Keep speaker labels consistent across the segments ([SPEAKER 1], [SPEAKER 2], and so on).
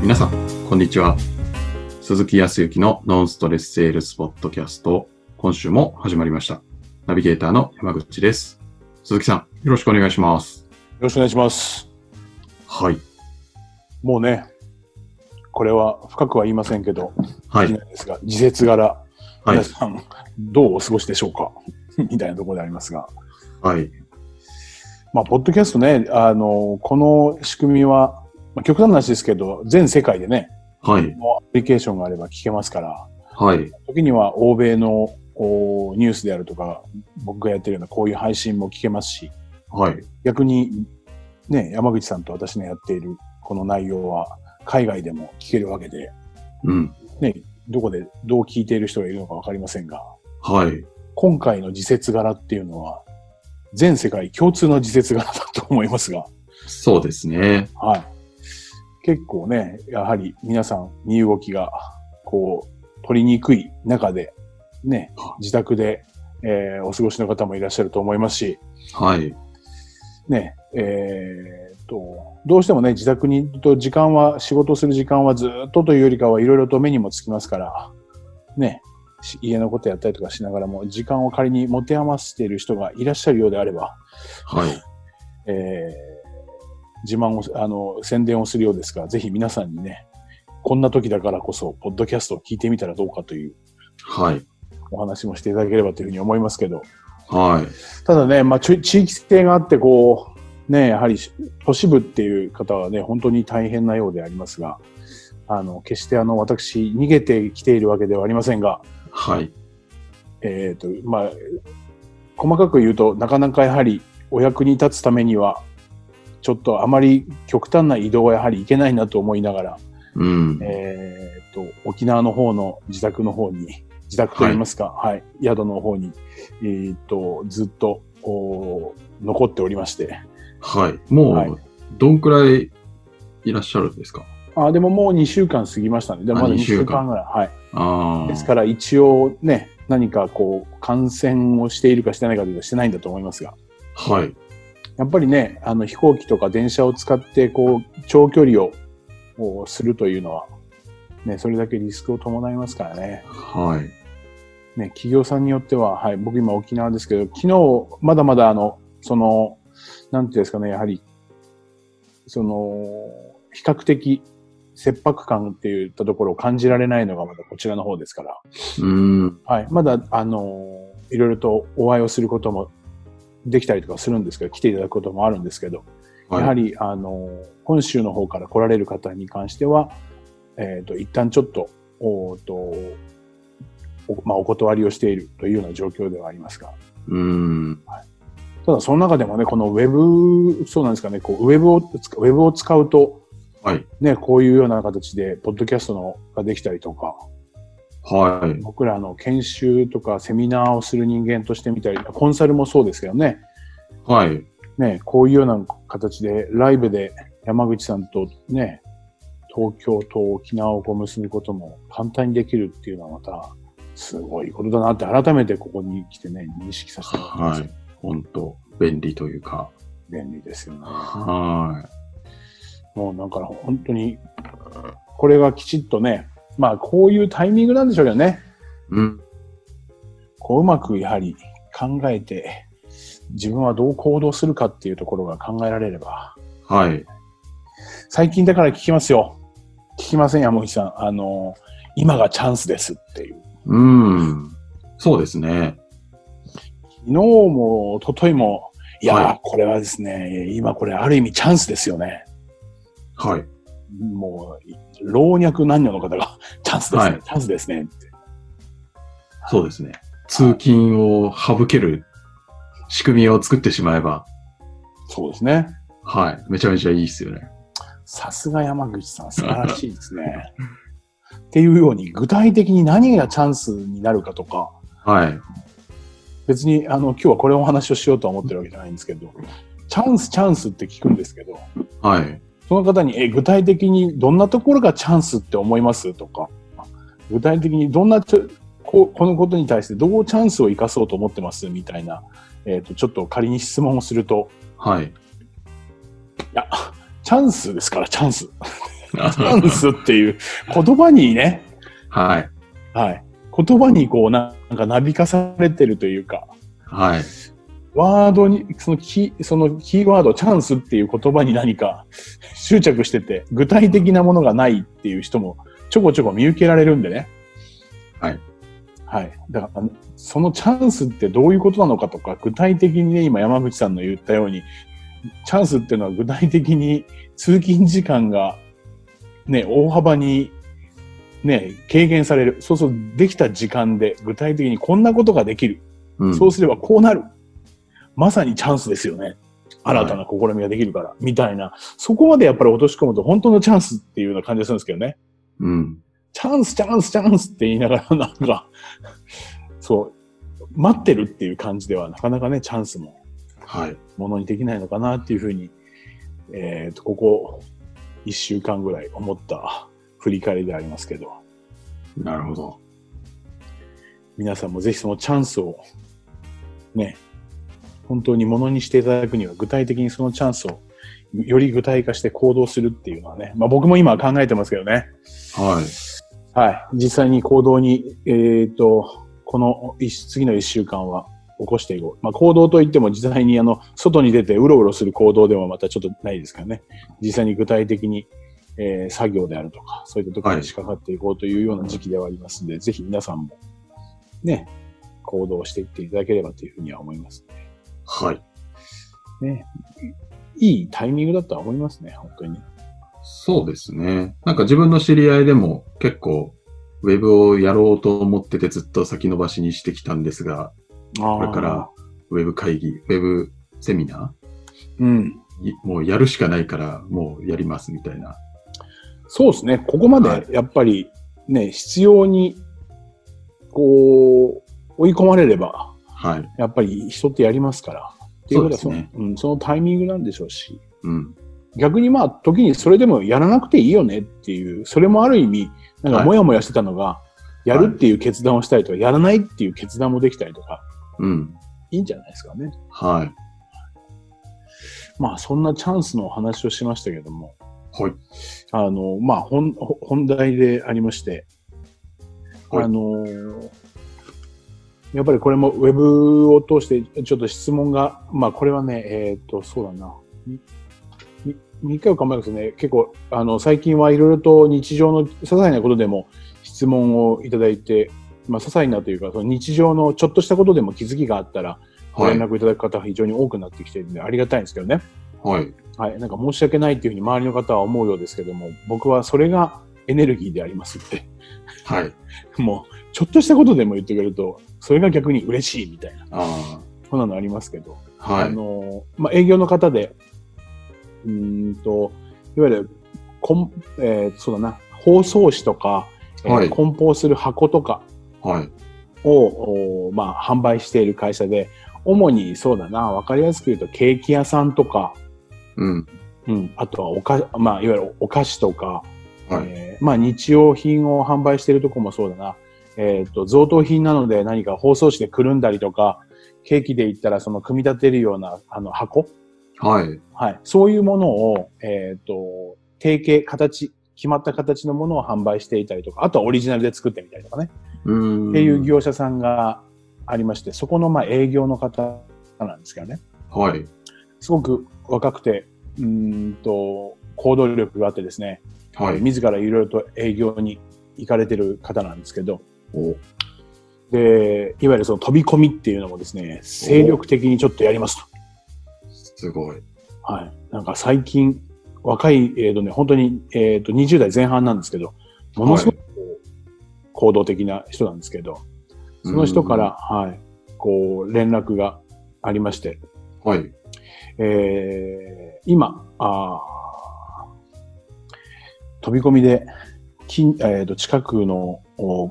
[SPEAKER 1] 皆さん、こんにちは。鈴木康之のノンストレスセールスポッドキャスト、今週も始まりました。ナビゲーターの山口です。鈴木さん、よろしくお願いします。
[SPEAKER 2] よろしくお願いします。
[SPEAKER 1] はい。
[SPEAKER 2] もうね、これは深くは言いませんけど、
[SPEAKER 1] はい
[SPEAKER 2] き
[SPEAKER 1] い。
[SPEAKER 2] なりですが、時節柄、
[SPEAKER 1] はい
[SPEAKER 2] 皆。さん、どうお過ごしでしょうか みたいなところでありますが、
[SPEAKER 1] はい。
[SPEAKER 2] まあ、ポッドキャストね、あの、この仕組みは、まあ、極端な話ですけど、全世界でね、
[SPEAKER 1] はい。
[SPEAKER 2] もうアプリケーションがあれば聞けますから、
[SPEAKER 1] はい。
[SPEAKER 2] 時には欧米のおニュースであるとか、僕がやってるようなこういう配信も聞けますし、
[SPEAKER 1] はい。
[SPEAKER 2] 逆に、ね、山口さんと私のやっているこの内容は、海外でも聞けるわけで、
[SPEAKER 1] うん。
[SPEAKER 2] ね、どこでどう聞いている人がいるのかわかりませんが、
[SPEAKER 1] はい。
[SPEAKER 2] 今回の自節柄っていうのは、全世界共通の自節柄だと思いますが、
[SPEAKER 1] そうですね。
[SPEAKER 2] はい。結構ね、やはり皆さん身動きが、こう、取りにくい中で、ね、自宅で、えーお過ごしの方もいらっしゃると思いますし、
[SPEAKER 1] はい。
[SPEAKER 2] ね、えーっと、どうしてもね、自宅にいると時間は、仕事する時間はずっとというよりかはいろいろと目にもつきますから、ね、し家のことやったりとかしながらも、時間を仮に持て余している人がいらっしゃるようであれば、
[SPEAKER 1] はい。
[SPEAKER 2] えー自慢を、あの、宣伝をするようですが、ぜひ皆さんにね、こんな時だからこそ、ポッドキャストを聞いてみたらどうかという
[SPEAKER 1] はい。
[SPEAKER 2] お話もしていただければというふうに思いますけど、
[SPEAKER 1] はい。
[SPEAKER 2] ただね、まあ、ちゅ地域性があってこう、ね、やはりし都市部っていう方はね、本当に大変なようでありますが、あの決してあの私、逃げてきているわけではありませんが、
[SPEAKER 1] はい。
[SPEAKER 2] えーとまあ、細かく言うとなかなかやはりお役に立つためには、ちょっとあまり極端な移動はやはりいけないなと思いながら、
[SPEAKER 1] うん。
[SPEAKER 2] えー、と沖縄の方の自宅の方に自宅といいますか、はい宿の方に、えー、とずっとおー残っておりまして
[SPEAKER 1] はい。
[SPEAKER 2] はい
[SPEAKER 1] もう、どんくらいいらっしゃるんですか
[SPEAKER 2] あでももう2週間過ぎましたねでもま
[SPEAKER 1] あ
[SPEAKER 2] だ
[SPEAKER 1] 2
[SPEAKER 2] 2
[SPEAKER 1] 週間
[SPEAKER 2] 週間ぐらい、はい、
[SPEAKER 1] ああ。
[SPEAKER 2] ですから一応ね何かこう感染をしているかしてないかというとしてないんだと思いますが
[SPEAKER 1] はい。
[SPEAKER 2] やっぱりねあの飛行機とか電車を使ってこう長距離をこうするというのは、ね、それだけリスクを伴いますからね。
[SPEAKER 1] はい。
[SPEAKER 2] ね、企業さんによっては、はい、僕今沖縄ですけど、昨日、まだまだあの、その、なんていうんですかね、やはり、その、比較的、切迫感っていったところを感じられないのがまだこちらの方ですから、
[SPEAKER 1] うん。
[SPEAKER 2] はい、まだ、あの、いろいろとお会いをすることもできたりとかするんですけど、来ていただくこともあるんですけど、やは
[SPEAKER 1] り。
[SPEAKER 2] り、あの、本州の方から来られる方に関しては、えっ、と、一旦ちょっと、おーと、おまあ、お断りをしているというような状況ではありますが、
[SPEAKER 1] うん。
[SPEAKER 2] ただその中でもね、このウェブ、そうなんですかね、こうウェブを使う、ウェブを使うと、
[SPEAKER 1] はい。
[SPEAKER 2] ね、こういうような形で、ポッドキャストのができたりとか、
[SPEAKER 1] はい。
[SPEAKER 2] 僕らの研修とかセミナーをする人間としてみたり、コンサルもそうですけどね、
[SPEAKER 1] はい。
[SPEAKER 2] ね、こういうような形で、ライブで山口さんとね、東京と沖縄をこう結ぶことも簡単にできるっていうのはまた、すごいことだなって改めてここに来てね、認識させてもらいま
[SPEAKER 1] は
[SPEAKER 2] す。
[SPEAKER 1] い。本当便利というか。
[SPEAKER 2] 便利ですよね。
[SPEAKER 1] は
[SPEAKER 2] もうなんか本当に、これがきちっとね、まあこういうタイミングなんでしょうけどね、
[SPEAKER 1] い。うん。
[SPEAKER 2] こううまくやはり考えて、自分はどう行動するかっていうところが考えられれば、
[SPEAKER 1] はい。
[SPEAKER 2] 最近だから聞きますよ。聞きません、山口さん。あの、今がチャンスですっていう。
[SPEAKER 1] うん。そうですね。
[SPEAKER 2] 昨日も一昨日も、いやー、
[SPEAKER 1] は
[SPEAKER 2] これはですね、今これある意味チャンスですよね。
[SPEAKER 1] はい。
[SPEAKER 2] もう、老若男女の方が、 チャンスですね、
[SPEAKER 1] はい
[SPEAKER 2] チャンスですねって。
[SPEAKER 1] そうですね。通勤を省ける仕組みを作ってしまえば、
[SPEAKER 2] そうですね。
[SPEAKER 1] はい。めちゃめちゃいいですよね。
[SPEAKER 2] さすが山口さん、素晴らしいですね。っていうように、具体的に何がチャンスになるかとか、
[SPEAKER 1] はい。
[SPEAKER 2] 別にあの今日はこれをお話をしようとは思ってるわけじゃないんですけど、チャンス、チャンスって聞くんですけど、
[SPEAKER 1] はい。
[SPEAKER 2] その方に、え、具体的にどんなところがチャンスって思いますとか、具体的にどんなちょこ、このことに対してどうチャンスを生かそうと思ってますみたいな、えっ、と、ちょっと仮に質問をすると、
[SPEAKER 1] はい。
[SPEAKER 2] チャンスですから、チャンス。なんですっていう、言葉にね、
[SPEAKER 1] はい。
[SPEAKER 2] はい。言葉にこう、なんかなびかされてるというか、
[SPEAKER 1] はい。
[SPEAKER 2] ワードに、そのキー、そのキーワード、チャンスっていう言葉に何か 執着してて、具体的なものがないっていう人もちょこちょこ見受けられるんでね。
[SPEAKER 1] はい。
[SPEAKER 2] はい。だから、そのチャンスってどういうことなのかとか、具体的にね、今山口さんの言ったように、チャンスっていうのは具体的に通勤時間がね、大幅にね、軽減される。そうそう、できた時間で具体的にこんなことができる。
[SPEAKER 1] うん。
[SPEAKER 2] そうすればこうなる。まさにチャンスですよね。新たな試みができるから、みたいな。そこまでやっぱり落とし込むと本当のチャンスっていうような感じがするんですけどね。
[SPEAKER 1] うん。
[SPEAKER 2] チャンス、チャンス、チャンスって言いながら、なんか、 そう、待ってるっていう感じではなかなかね、チャンスも
[SPEAKER 1] はい。
[SPEAKER 2] ものにできないのかなっていうふうに、えっ、と、ここ1週間ぐらい思った振り返りでありますけど、
[SPEAKER 1] なるほど。
[SPEAKER 2] 皆さんもぜひそのチャンスを、ね、本当にものにしていただくには、具体的にそのチャンスをより具体化して行動するっていうのはね、まあ僕も今は考えてますけどね、
[SPEAKER 1] はい。
[SPEAKER 2] はい、実際に行動に、えっ、と、この一次の一週間は起こしていこう。まあ行動といっても実際にあの、外に出てうろうろする行動ではまたちょっとないですからね、実際に具体的に、えー作業であるとか、そういったところに仕掛かっていこうというような時期ではありますので、ぜひ皆さんも、ね、行動していっていただければというふうには思います。
[SPEAKER 1] はい。
[SPEAKER 2] ね、いいタイミングだとは思いますね、本当にね。
[SPEAKER 1] そうですね。なんか自分の知り合いでも結構、ウェブをやろうと思っててずっと先延ばしにしてきたんですが、
[SPEAKER 2] こ
[SPEAKER 1] これから、ウェブ会議、ウェブセミナ
[SPEAKER 2] うん、
[SPEAKER 1] ーいもうやるしかないから、もうやりますみたいな。
[SPEAKER 2] そうですね、ここま
[SPEAKER 1] はい
[SPEAKER 2] でやっぱりね、必要にこう追い込まれれば、
[SPEAKER 1] はい。
[SPEAKER 2] やっぱり人ってやりますから、っていうことは
[SPEAKER 1] そ
[SPEAKER 2] そうの
[SPEAKER 1] ですね
[SPEAKER 2] うん、そのタイミングなんでしょうし、
[SPEAKER 1] うん。
[SPEAKER 2] 逆にまあ、時にそれでもやらなくていいよねっていう、それもある意味、なん
[SPEAKER 1] は
[SPEAKER 2] か
[SPEAKER 1] い
[SPEAKER 2] もやもやしてたのが、やるっていう決断をしたりとか、やらないっていう決断もできたりとか、
[SPEAKER 1] うん。
[SPEAKER 2] いいんじゃないですかね。
[SPEAKER 1] はい。
[SPEAKER 2] まあ、そんなチャンスのお話をしましたけども、
[SPEAKER 1] はい。
[SPEAKER 2] あの、まあ、本、本題でありまして、
[SPEAKER 1] はい
[SPEAKER 2] あのーやっぱりこれもウェブを通してちょっと質問が、まあ、これはね、えっ、と、そうだな。みみ3日を考えるとね、結構、あの、最近はいろいろと日常の些細なことでも質問をいただいて、まあ、些細なというか、その日常のちょっとしたことでも気づきがあったら、ご
[SPEAKER 1] は
[SPEAKER 2] 連
[SPEAKER 1] い。
[SPEAKER 2] 絡いただく方が非常に多くなってきているんで、ありがたいんですけどね。
[SPEAKER 1] はい。
[SPEAKER 2] はい、なんか申し訳ないっていうふうに周りの方は思うようですけども、僕はそれがエネルギーでありますって、
[SPEAKER 1] はい。
[SPEAKER 2] もうちょっとしたことでも言ってくれると、それが逆に嬉しいみたいな、
[SPEAKER 1] あ
[SPEAKER 2] そんなのありますけど、
[SPEAKER 1] あ。は
[SPEAKER 2] あ
[SPEAKER 1] い。
[SPEAKER 2] の、まあ、営業の方で、うーんと、いわゆる、こんえーそうだな、包装紙とか、えー
[SPEAKER 1] はい
[SPEAKER 2] 梱包する箱とか
[SPEAKER 1] はい。
[SPEAKER 2] を、おまあ、販売している会社で、主にそうだな、わかりやすく言うとケーキ屋さんとか、
[SPEAKER 1] うん。
[SPEAKER 2] うん、あとはおか、まあ、いわゆるお菓子とか、
[SPEAKER 1] はい。
[SPEAKER 2] えーまあ、日用品を販売しているとこもそうだな、えっと贈答品なので何か包装紙でくるんだりとかケーキで言ったらその組み立てるようなあの箱、
[SPEAKER 1] はい。
[SPEAKER 2] はい、そういうものを、えっと定型形決まった形のものを販売していたりとかあとはオリジナルで作ってみたりとかね、
[SPEAKER 1] うーん。
[SPEAKER 2] っていう業者さんがありましてそこのまあ営業の方なんですけどね
[SPEAKER 1] はい。
[SPEAKER 2] すごく若くてうーんと行動力があってですね
[SPEAKER 1] はい。
[SPEAKER 2] 自らいろいろと営業に行かれてる方なんですけど、
[SPEAKER 1] お
[SPEAKER 2] で、いわゆるその飛び込みっていうのもですね、精力的にちょっとやります
[SPEAKER 1] すごい。
[SPEAKER 2] と。はい。なんか最近、若い、えっ、とね、本当に、えっ、と、20代前半なんですけど、ものすごくこう行動的な人なんですけど、その人から、はい、こう、連絡がありまして、
[SPEAKER 1] はい。
[SPEAKER 2] えー今、あー飛び込みで、近えー、と近くのお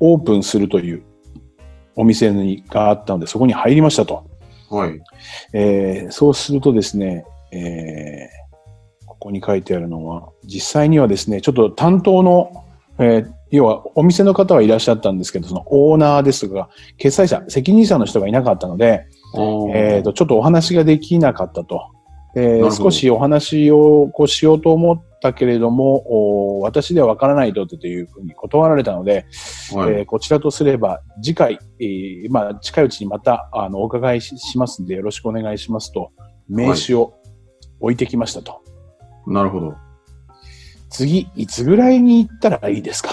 [SPEAKER 2] オープンするというお店にがあったので、そこに入りましたと。
[SPEAKER 1] はい。
[SPEAKER 2] えーそうするとですね、えーここに書いてあるのは、実際にはですね、ちょっと担当の、えー要はお店の方はいらっしゃったんですけど、そのオーナーですとか、決済者、責任者の人がいなかったので、
[SPEAKER 1] あー
[SPEAKER 2] えー、と、ちょっとお話ができなかったと。え
[SPEAKER 1] なるほど
[SPEAKER 2] 少しお話をこうしようと思ったけれども、お私ではわからないとというふうに断られたので、
[SPEAKER 1] はい。
[SPEAKER 2] えーこちらとすれば次回、えーまあ、近いうちにまたあのお伺いししますんでよろしくお願いしますと名刺を置いてきましたと、
[SPEAKER 1] なるほど。
[SPEAKER 2] 次いつぐらいに行ったらいいですか、
[SPEAKER 1] い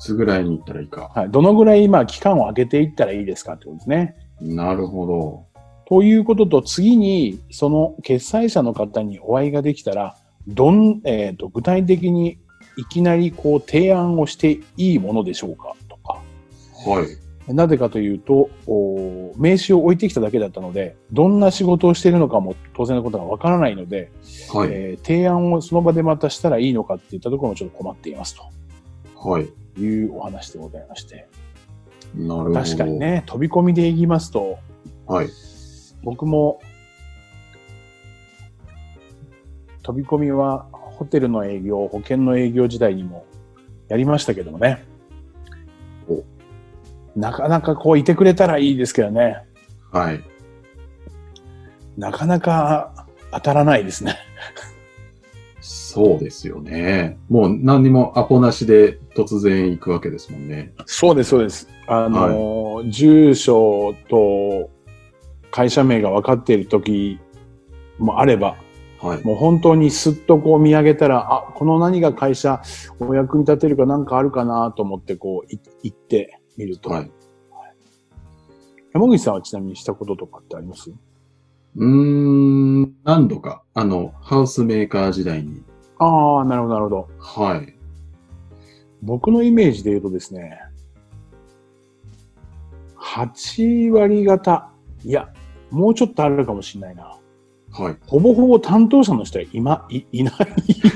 [SPEAKER 1] つぐらいに行ったらいいか。
[SPEAKER 2] はい、どのぐらい、まあ、期間を空けていったらいいですかってことですね。
[SPEAKER 1] なるほど。
[SPEAKER 2] ということと次にその決済者の方にお会いができたらどん、えー、と具体的にいきなりこう提案をしていいものでしょうかとか
[SPEAKER 1] はい。
[SPEAKER 2] なぜかというと、お名刺を置いてきただけだったので、どんな仕事をしているのかも当然のことがわからないので、
[SPEAKER 1] はい。
[SPEAKER 2] えー提案をその場でまたしたらいいのかっていったところもちょっと困っています
[SPEAKER 1] はい。
[SPEAKER 2] というお話でございまして。
[SPEAKER 1] なるほど。
[SPEAKER 2] 確かに。ね、飛び込みでいきますと、
[SPEAKER 1] はい。
[SPEAKER 2] 僕も、飛び込みはホテルの営業、保険の営業時代にもやりましたけどもね
[SPEAKER 1] お。
[SPEAKER 2] なかなかこういてくれたらいいですけどね。
[SPEAKER 1] はい。
[SPEAKER 2] なかなか当たらないですね。
[SPEAKER 1] そうですよね。もう何にもアポなしで突然行くわけですもんね。
[SPEAKER 2] そうです、そうです。あの、住所と会社名が分かっている時もあれば、
[SPEAKER 1] はい。
[SPEAKER 2] もう本当にすっとこう見上げたら、あ、この何が会社お役に立てるかなんかあるかなと思ってこうい行ってみると、
[SPEAKER 1] はい。
[SPEAKER 2] 山口さんはちなみにしたこととかってあります
[SPEAKER 1] うーん、何度か、あの、ハウスメーカー時代に。
[SPEAKER 2] ああ、なるほど、なるほど。
[SPEAKER 1] はい。
[SPEAKER 2] 僕のイメージで言うとですね、8割方、いや、もうちょっとあるかもしれないな。
[SPEAKER 1] はい。
[SPEAKER 2] ほぼほぼ担当者の人は今、いいな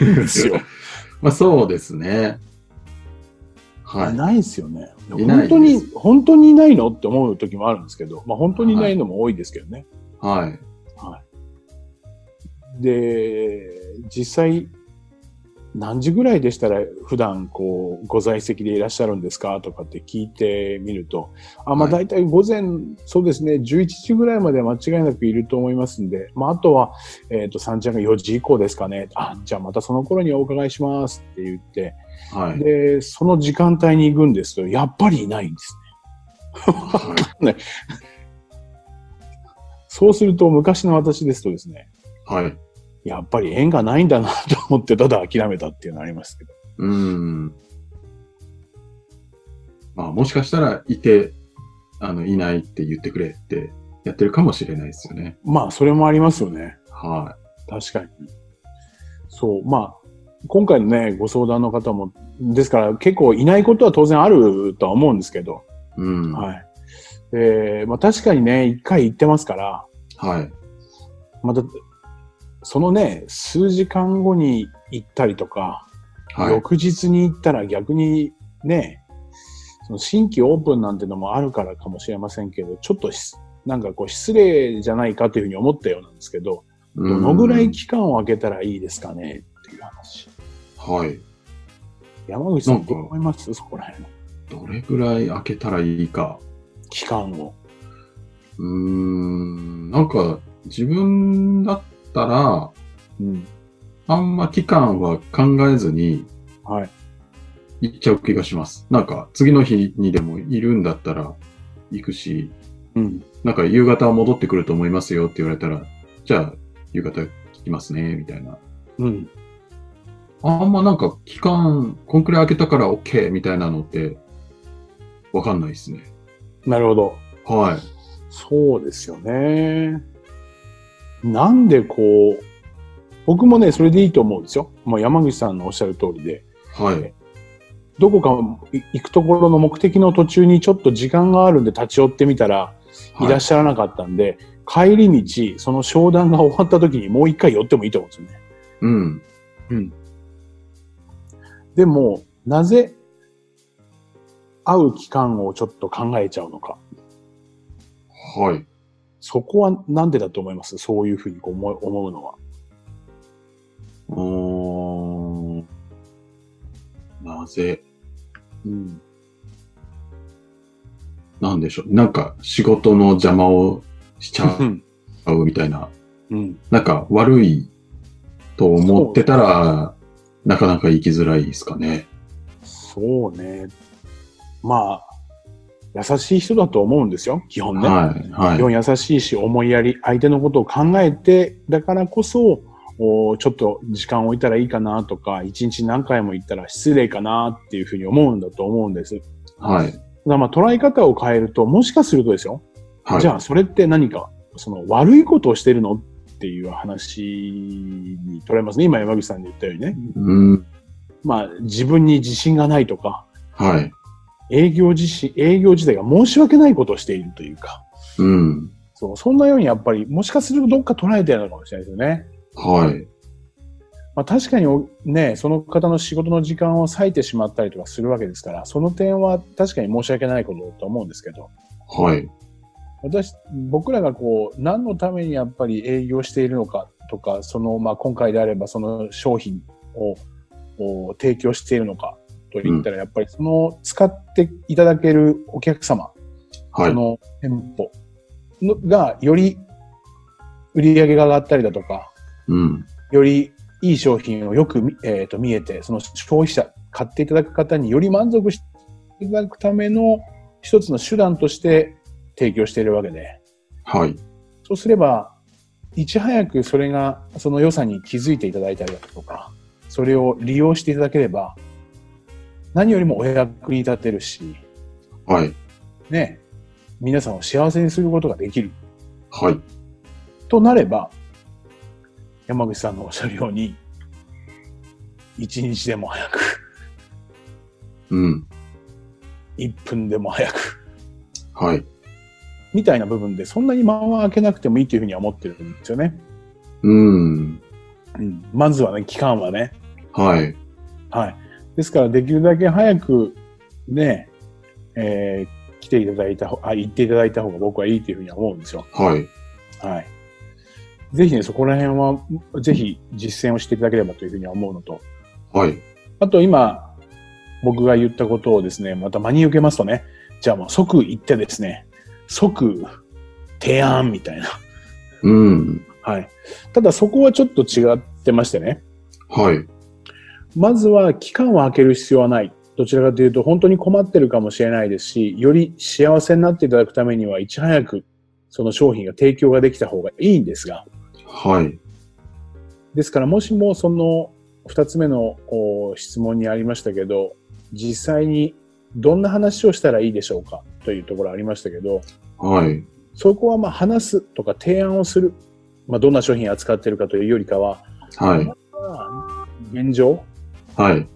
[SPEAKER 2] いんですよ。
[SPEAKER 1] まあそうですね。はいい。
[SPEAKER 2] ないですよね。
[SPEAKER 1] いないです
[SPEAKER 2] 本当に、本当にいないのって思う時もあるんですけど、まあ本当にいないのも多いですけどね。
[SPEAKER 1] はい。
[SPEAKER 2] で、実際、何時ぐらいでしたら普段こうご在籍でいらっしゃるんですかとかって聞いてみると、あ、まあ
[SPEAKER 1] は
[SPEAKER 2] 大体午前、そうですね、11時ぐらいまでは間違いなくいると思いますんで、まああとは、えっ、と、3時間が4時以降ですかね。あ、じゃあまたその頃にお伺いしますって言って、
[SPEAKER 1] はい。
[SPEAKER 2] で、その時間帯に行くんですけど、やっぱりいないんです
[SPEAKER 1] は
[SPEAKER 2] ね。そうすると昔の私ですとですね、
[SPEAKER 1] い。はい。
[SPEAKER 2] やっぱり縁がないんだなと思って、ただ諦めたっていうのありますけど。
[SPEAKER 1] うーん。まあもしかしたらいて、あの、いないって言ってくれってやってるかもしれないですよね。
[SPEAKER 2] まあ、それもありますよね。
[SPEAKER 1] は
[SPEAKER 2] 確かに。そう、まあ、今回のね、ご相談の方も、ですから結構いないことは当然あるとは思うんですけど、
[SPEAKER 1] い。うん。はい。
[SPEAKER 2] はい。えーまあ確かにね、一回行ってますから、
[SPEAKER 1] はい。
[SPEAKER 2] また、そのね、数時間後に行ったりとか、翌日に行ったら逆にね、その新規オープンなんてのもあるからかもしれませんけど、ちょっとしなんかこう失礼じゃないかというふうに思ったようなんですけど、
[SPEAKER 1] ど
[SPEAKER 2] どのぐらい期間を空けたらいいですかねっていう話。
[SPEAKER 1] はい。
[SPEAKER 2] 山口さ
[SPEAKER 1] なん
[SPEAKER 2] ん
[SPEAKER 1] か
[SPEAKER 2] どう思いますそこら辺の
[SPEAKER 1] どれぐらい開けたらいいか。
[SPEAKER 2] 期間を。
[SPEAKER 1] うーん。なんか、自分だったら、
[SPEAKER 2] うん。
[SPEAKER 1] あんま期間は考えずに
[SPEAKER 2] はい。
[SPEAKER 1] 行っちゃう気がします。なんか、次の日にでもいるんだったら行くし、
[SPEAKER 2] うん。
[SPEAKER 1] なんか夕方戻ってくると思いますよって言われたら、じゃあ夕方来ますね、みたいな。
[SPEAKER 2] うん。
[SPEAKER 1] あんまなんか期間、こんくらい開けたから OK みたいなのって、わかんないですね。
[SPEAKER 2] なるほど。
[SPEAKER 1] はい。
[SPEAKER 2] そうですよね。なんでこう、僕もね、それでいいと思うんですよ。もう山口さんのおっしゃる通りで、
[SPEAKER 1] はい。
[SPEAKER 2] どこかい行くところの目的の途中にちょっと時間があるんで立ち寄ってみたら、いらっしゃらなかったんで、帰り道、その商談が終わった時にもう一回寄ってもいいと思うんですよね。
[SPEAKER 1] うん。
[SPEAKER 2] でも、なぜ、会う期間をちょっと考えちゃうのか。
[SPEAKER 1] はい。
[SPEAKER 2] そこはなんでだと思いますそういうふうにこう思う思うのは。
[SPEAKER 1] おーなぜ、
[SPEAKER 2] うん。
[SPEAKER 1] なんでしょう。なんか仕事の邪魔をしちゃ
[SPEAKER 2] うん
[SPEAKER 1] うみたいな
[SPEAKER 2] うん。
[SPEAKER 1] なんか悪いと思ってたら、なかなか生きづらいですかね。
[SPEAKER 2] そうね。まあ、優しい人だと思うんですよ、基本ね。
[SPEAKER 1] はい、は
[SPEAKER 2] 基
[SPEAKER 1] い。
[SPEAKER 2] 本優しいし、思いやり、相手のことを考えて、だからこそ、おちょっと時間を置いたらいいかなとか、一日何回も行ったら失礼かなっていうふうに思うんだと思うんです。
[SPEAKER 1] はい。
[SPEAKER 2] ただまあ捉え方を変えると、もしかするとですよ、
[SPEAKER 1] はい。
[SPEAKER 2] じゃあそれって何か、その悪いことをしてるのっていう話に捉えますね。今山口さんで言ったようにね。
[SPEAKER 1] うん。
[SPEAKER 2] まあ自分に自信がないとか、
[SPEAKER 1] はい。
[SPEAKER 2] 営業自身、営業自体が申し訳ないことをしているというか、
[SPEAKER 1] うん。
[SPEAKER 2] そう、そんなようにやっぱり、もしかするとどっか捉えてるのかもしれないですよね。
[SPEAKER 1] はい。
[SPEAKER 2] まあ確かにおね、その方の仕事の時間を割いてしまったりとかするわけですから、その点は確かに申し訳ないことだと思うんですけど、
[SPEAKER 1] はい。
[SPEAKER 2] 私、僕らがこう、何のためにやっぱり営業しているのかとか、その、まあ、今回であればその商品をを提供しているのかといったら、やっぱりその使っていただけるお客様、
[SPEAKER 1] は
[SPEAKER 2] そ
[SPEAKER 1] い。
[SPEAKER 2] の店舗のがより売り上げが上がったりだとか、
[SPEAKER 1] うん。
[SPEAKER 2] よりいい商品をよく見,、えー、と見えて、その消費者、買っていただく方により満足していただくための一つの手段として提供しているわけで、
[SPEAKER 1] はい。
[SPEAKER 2] そうすれば、いち早くそれが、その良さに気づいていただいたりだとか、それを利用していただければ、何よりもお役に立てるし、
[SPEAKER 1] はい。
[SPEAKER 2] ね、皆さんを幸せにすることができる。
[SPEAKER 1] はい。
[SPEAKER 2] となれば、山口さんのおっしゃるように、一日でも早く、
[SPEAKER 1] うん。
[SPEAKER 2] 一分でも早く、
[SPEAKER 1] はい。
[SPEAKER 2] みたいな部分で、そんなに間は空けなくてもいいというふうには思ってるんですよね。
[SPEAKER 1] うん。
[SPEAKER 2] うん。まずはね、期間はね。
[SPEAKER 1] はい。
[SPEAKER 2] はい。ですから、できるだけ早く、ね、えー来ていただいたほあ、行っていただいた方が僕はいいというふうには思うんですよ。
[SPEAKER 1] はい。
[SPEAKER 2] はい。ぜひね、そこら辺は、ぜひ実践をしていただければというふうには思うのと、
[SPEAKER 1] はい。
[SPEAKER 2] あと今、僕が言ったことをですね、また真に受けますとね、じゃあもう即行ってですね、即提案みたいな。
[SPEAKER 1] うん。
[SPEAKER 2] はい。ただそこはちょっと違ってましてね、
[SPEAKER 1] はい。
[SPEAKER 2] まずは期間を空ける必要はない。どちらかというと本当に困ってるかもしれないですし、より幸せになっていただくためにはいち早くその商品が提供ができた方がいいんですが、
[SPEAKER 1] はい。
[SPEAKER 2] ですからもしもその2つ目のお質問にありましたけど実際にどんな話をしたらいいでしょうかというところありましたけど
[SPEAKER 1] はい。
[SPEAKER 2] そこはまあ話すとか提案をする、まあ、どんな商品扱っているかというよりかは
[SPEAKER 1] はい。
[SPEAKER 2] まあ現状
[SPEAKER 1] はい。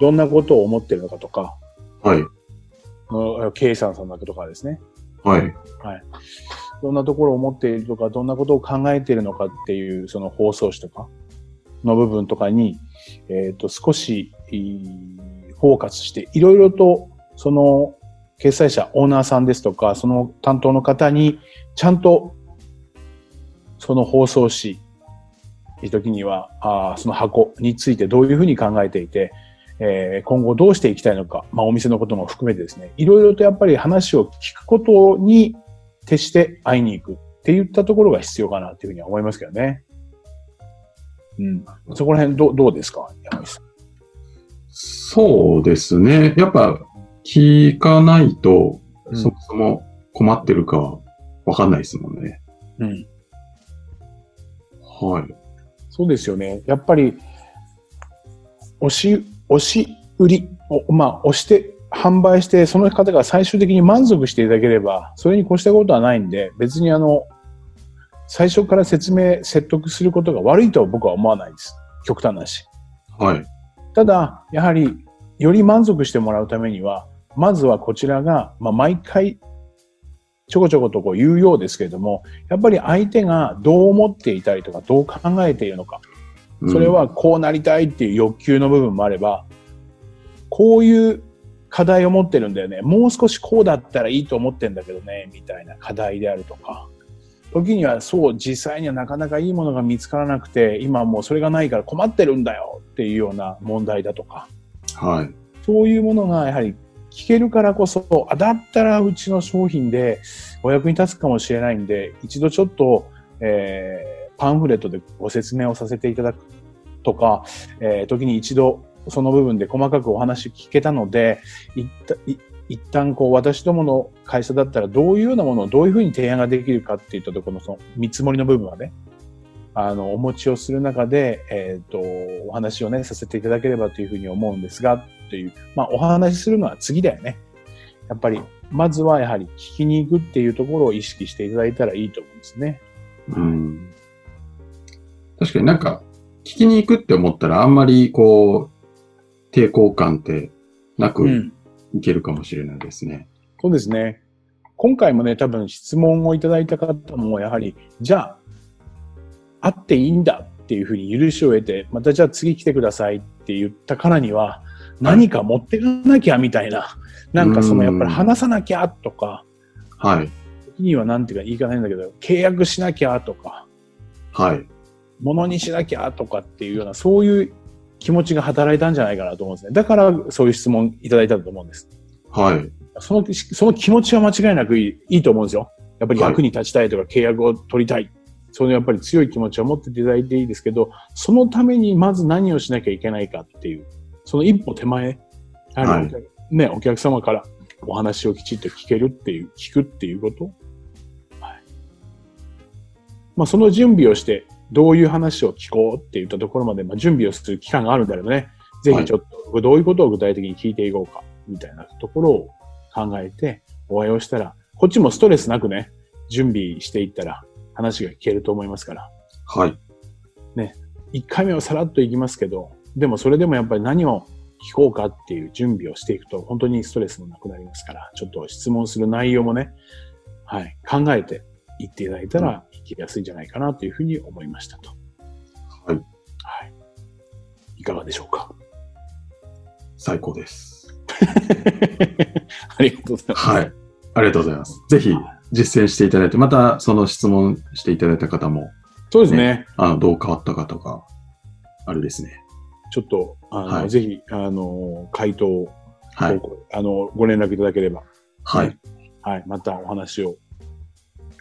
[SPEAKER 2] どんなことを思っているのかとか
[SPEAKER 1] はい。
[SPEAKER 2] うん経営者さんだとかですね
[SPEAKER 1] はい。
[SPEAKER 2] どんなところを思っているとかどんなことを考えているのかっていうその放送紙とかの部分とかに、えっと少しえーフォーカスしていろいろとその決済者オーナーさんですとかその担当の方にちゃんとその放送紙時にはあーその箱についてどういうふうに考えていて、えー今後どうしていきたいのか、まあ、お店のことも含めてですねいろいろとやっぱり話を聞くことに徹して会いに行くって言ったところが必要かなっていうふうには思いますけどね。うん。そこら辺どう、どうですか山口さん。
[SPEAKER 1] そうですね。やっぱ、聞かないと、
[SPEAKER 2] うん
[SPEAKER 1] そもそも困ってるかわかんないですもんね。
[SPEAKER 2] うん。
[SPEAKER 1] はい。
[SPEAKER 2] そうですよね。やっぱり、押し、押し売りを、まあ、押して、販売して、その方が最終的に満足していただければ、それに越したことはないんで、別にあの、最初から説明、説得することが悪いとは僕は思わないです。極端なし。
[SPEAKER 1] はい。
[SPEAKER 2] ただ、やはり、より満足してもらうためには、まずはこちらが、まあ、毎回、ちょこちょことこう言うようですけれども、やっぱり相手がどう思っていたりとか、どう考えているのか、
[SPEAKER 1] うん
[SPEAKER 2] それ、はこうなりたいっていう欲求の部分もあれば、こういう課題を持ってるんだよね。もう少しこうだったらいいと思ってんだけどね、みたいな課題であるとか。時にはそう、実際にはなかなかいいものが見つからなくて、今もうそれがないから困ってるんだよっていうような問題だとか。
[SPEAKER 1] はい。
[SPEAKER 2] そういうものがやはり聞けるからこそ、あ、だったらうちの商品でお役に立つかもしれないんで、一度ちょっと、えーパンフレットでご説明をさせていただくとか、えー時に一度その部分で細かくお話聞けたので、いったい一旦こう私どもの会社だったらどういうようなものをどういうふうに提案ができるかっていったところのその見積もりの部分はね、あの、お持ちをする中で、えっ、と、お話をね、させていただければというふうに思うんですが、という、まあ、お話しするのは次だよね。やっぱり、まずはやはり聞きに行くっていうところを意識していただいたらいいと思うんですね。
[SPEAKER 1] うん。確かになんか、聞きに行くって思ったら、あんまりこう、抵抗感ってなく。いけるかもしれないですね。
[SPEAKER 2] そうですね。今回もね、多分質問をいただいた方も、やはり、じゃあ、会っていいんだっていうふうに許しを得て、またじゃあ次来てくださいって言ったからには、何か持っていかなきゃみたいな、なんかそのやっぱり話さなきゃとか、
[SPEAKER 1] はい。
[SPEAKER 2] 時にはなんていうか言いかないんだけど、契約しなきゃとか、
[SPEAKER 1] はい。
[SPEAKER 2] 物にしなきゃとかっていうような、そういう気持ちが働いたんじゃないかなと思うんですね。だからそういう質問いただいたと思うんです。
[SPEAKER 1] はい。
[SPEAKER 2] その、その気持ちは間違いなくいいいいと思うんですよ。やっぱり役に立ちたいとか契約を取りたい。そのやっぱり強い気持ちを持っていただいていいですけど、そのためにまず何をしなきゃいけないかっていう、その一歩手前、やはりお客ね、お客様からお話をきちっと聞けるっていう、聞くっていうこと。はい。まあその準備をして、どういう話を聞こうって言ったところまで、まあ準備をする期間があるんだけどね、ぜひちょっと、どういうことを具体的に聞いていこうか、みたいなところを考えてお会いをしたら、こっちもストレスなくね、準備していったら話が聞けると思いますから、
[SPEAKER 1] はい。
[SPEAKER 2] 1回目はさらっといきますけど、でもそれでもやっぱり何を聞こうかっていう準備をしていくと、本当にストレスもなくなりますから、ちょっと質問する内容もね、はい、考えていっていただいたら聞きやすいんじゃないかなというふうに思いましたと。
[SPEAKER 1] はい
[SPEAKER 2] はい。いかがでしょうか
[SPEAKER 1] 最高です。
[SPEAKER 2] ありがとうございます。
[SPEAKER 1] はい。ありがとうございます。ぜひ実践していただいて、またその質問していただいた方も、
[SPEAKER 2] そうですね
[SPEAKER 1] あの、どう変わったかとか、あれですね。
[SPEAKER 2] ちょっと、あの、
[SPEAKER 1] はい
[SPEAKER 2] ぜひ、あの、回答を、
[SPEAKER 1] はい。
[SPEAKER 2] ごあの、ご連絡いただければ、
[SPEAKER 1] はい。
[SPEAKER 2] はい、またお話を、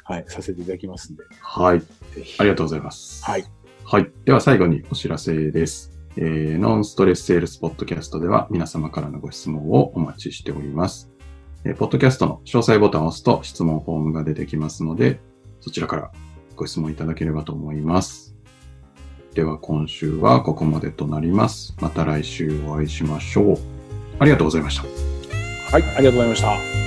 [SPEAKER 2] はい、させていただきますんで、
[SPEAKER 1] はい。
[SPEAKER 2] ぜひ。
[SPEAKER 1] ありがとうございます。
[SPEAKER 2] はい。
[SPEAKER 1] はい。では最後にお知らせです。えーノンストレスセールスポッドキャストでは皆様からのご質問をお待ちしております。えーポッドキャストの詳細ボタンを押すと質問フォームが出てきますので、そちらからご質問いただければと思います。では今週はここまでとなります。また来週お会いしましょう。ありがとうございました。
[SPEAKER 2] はい、ありがとうございました。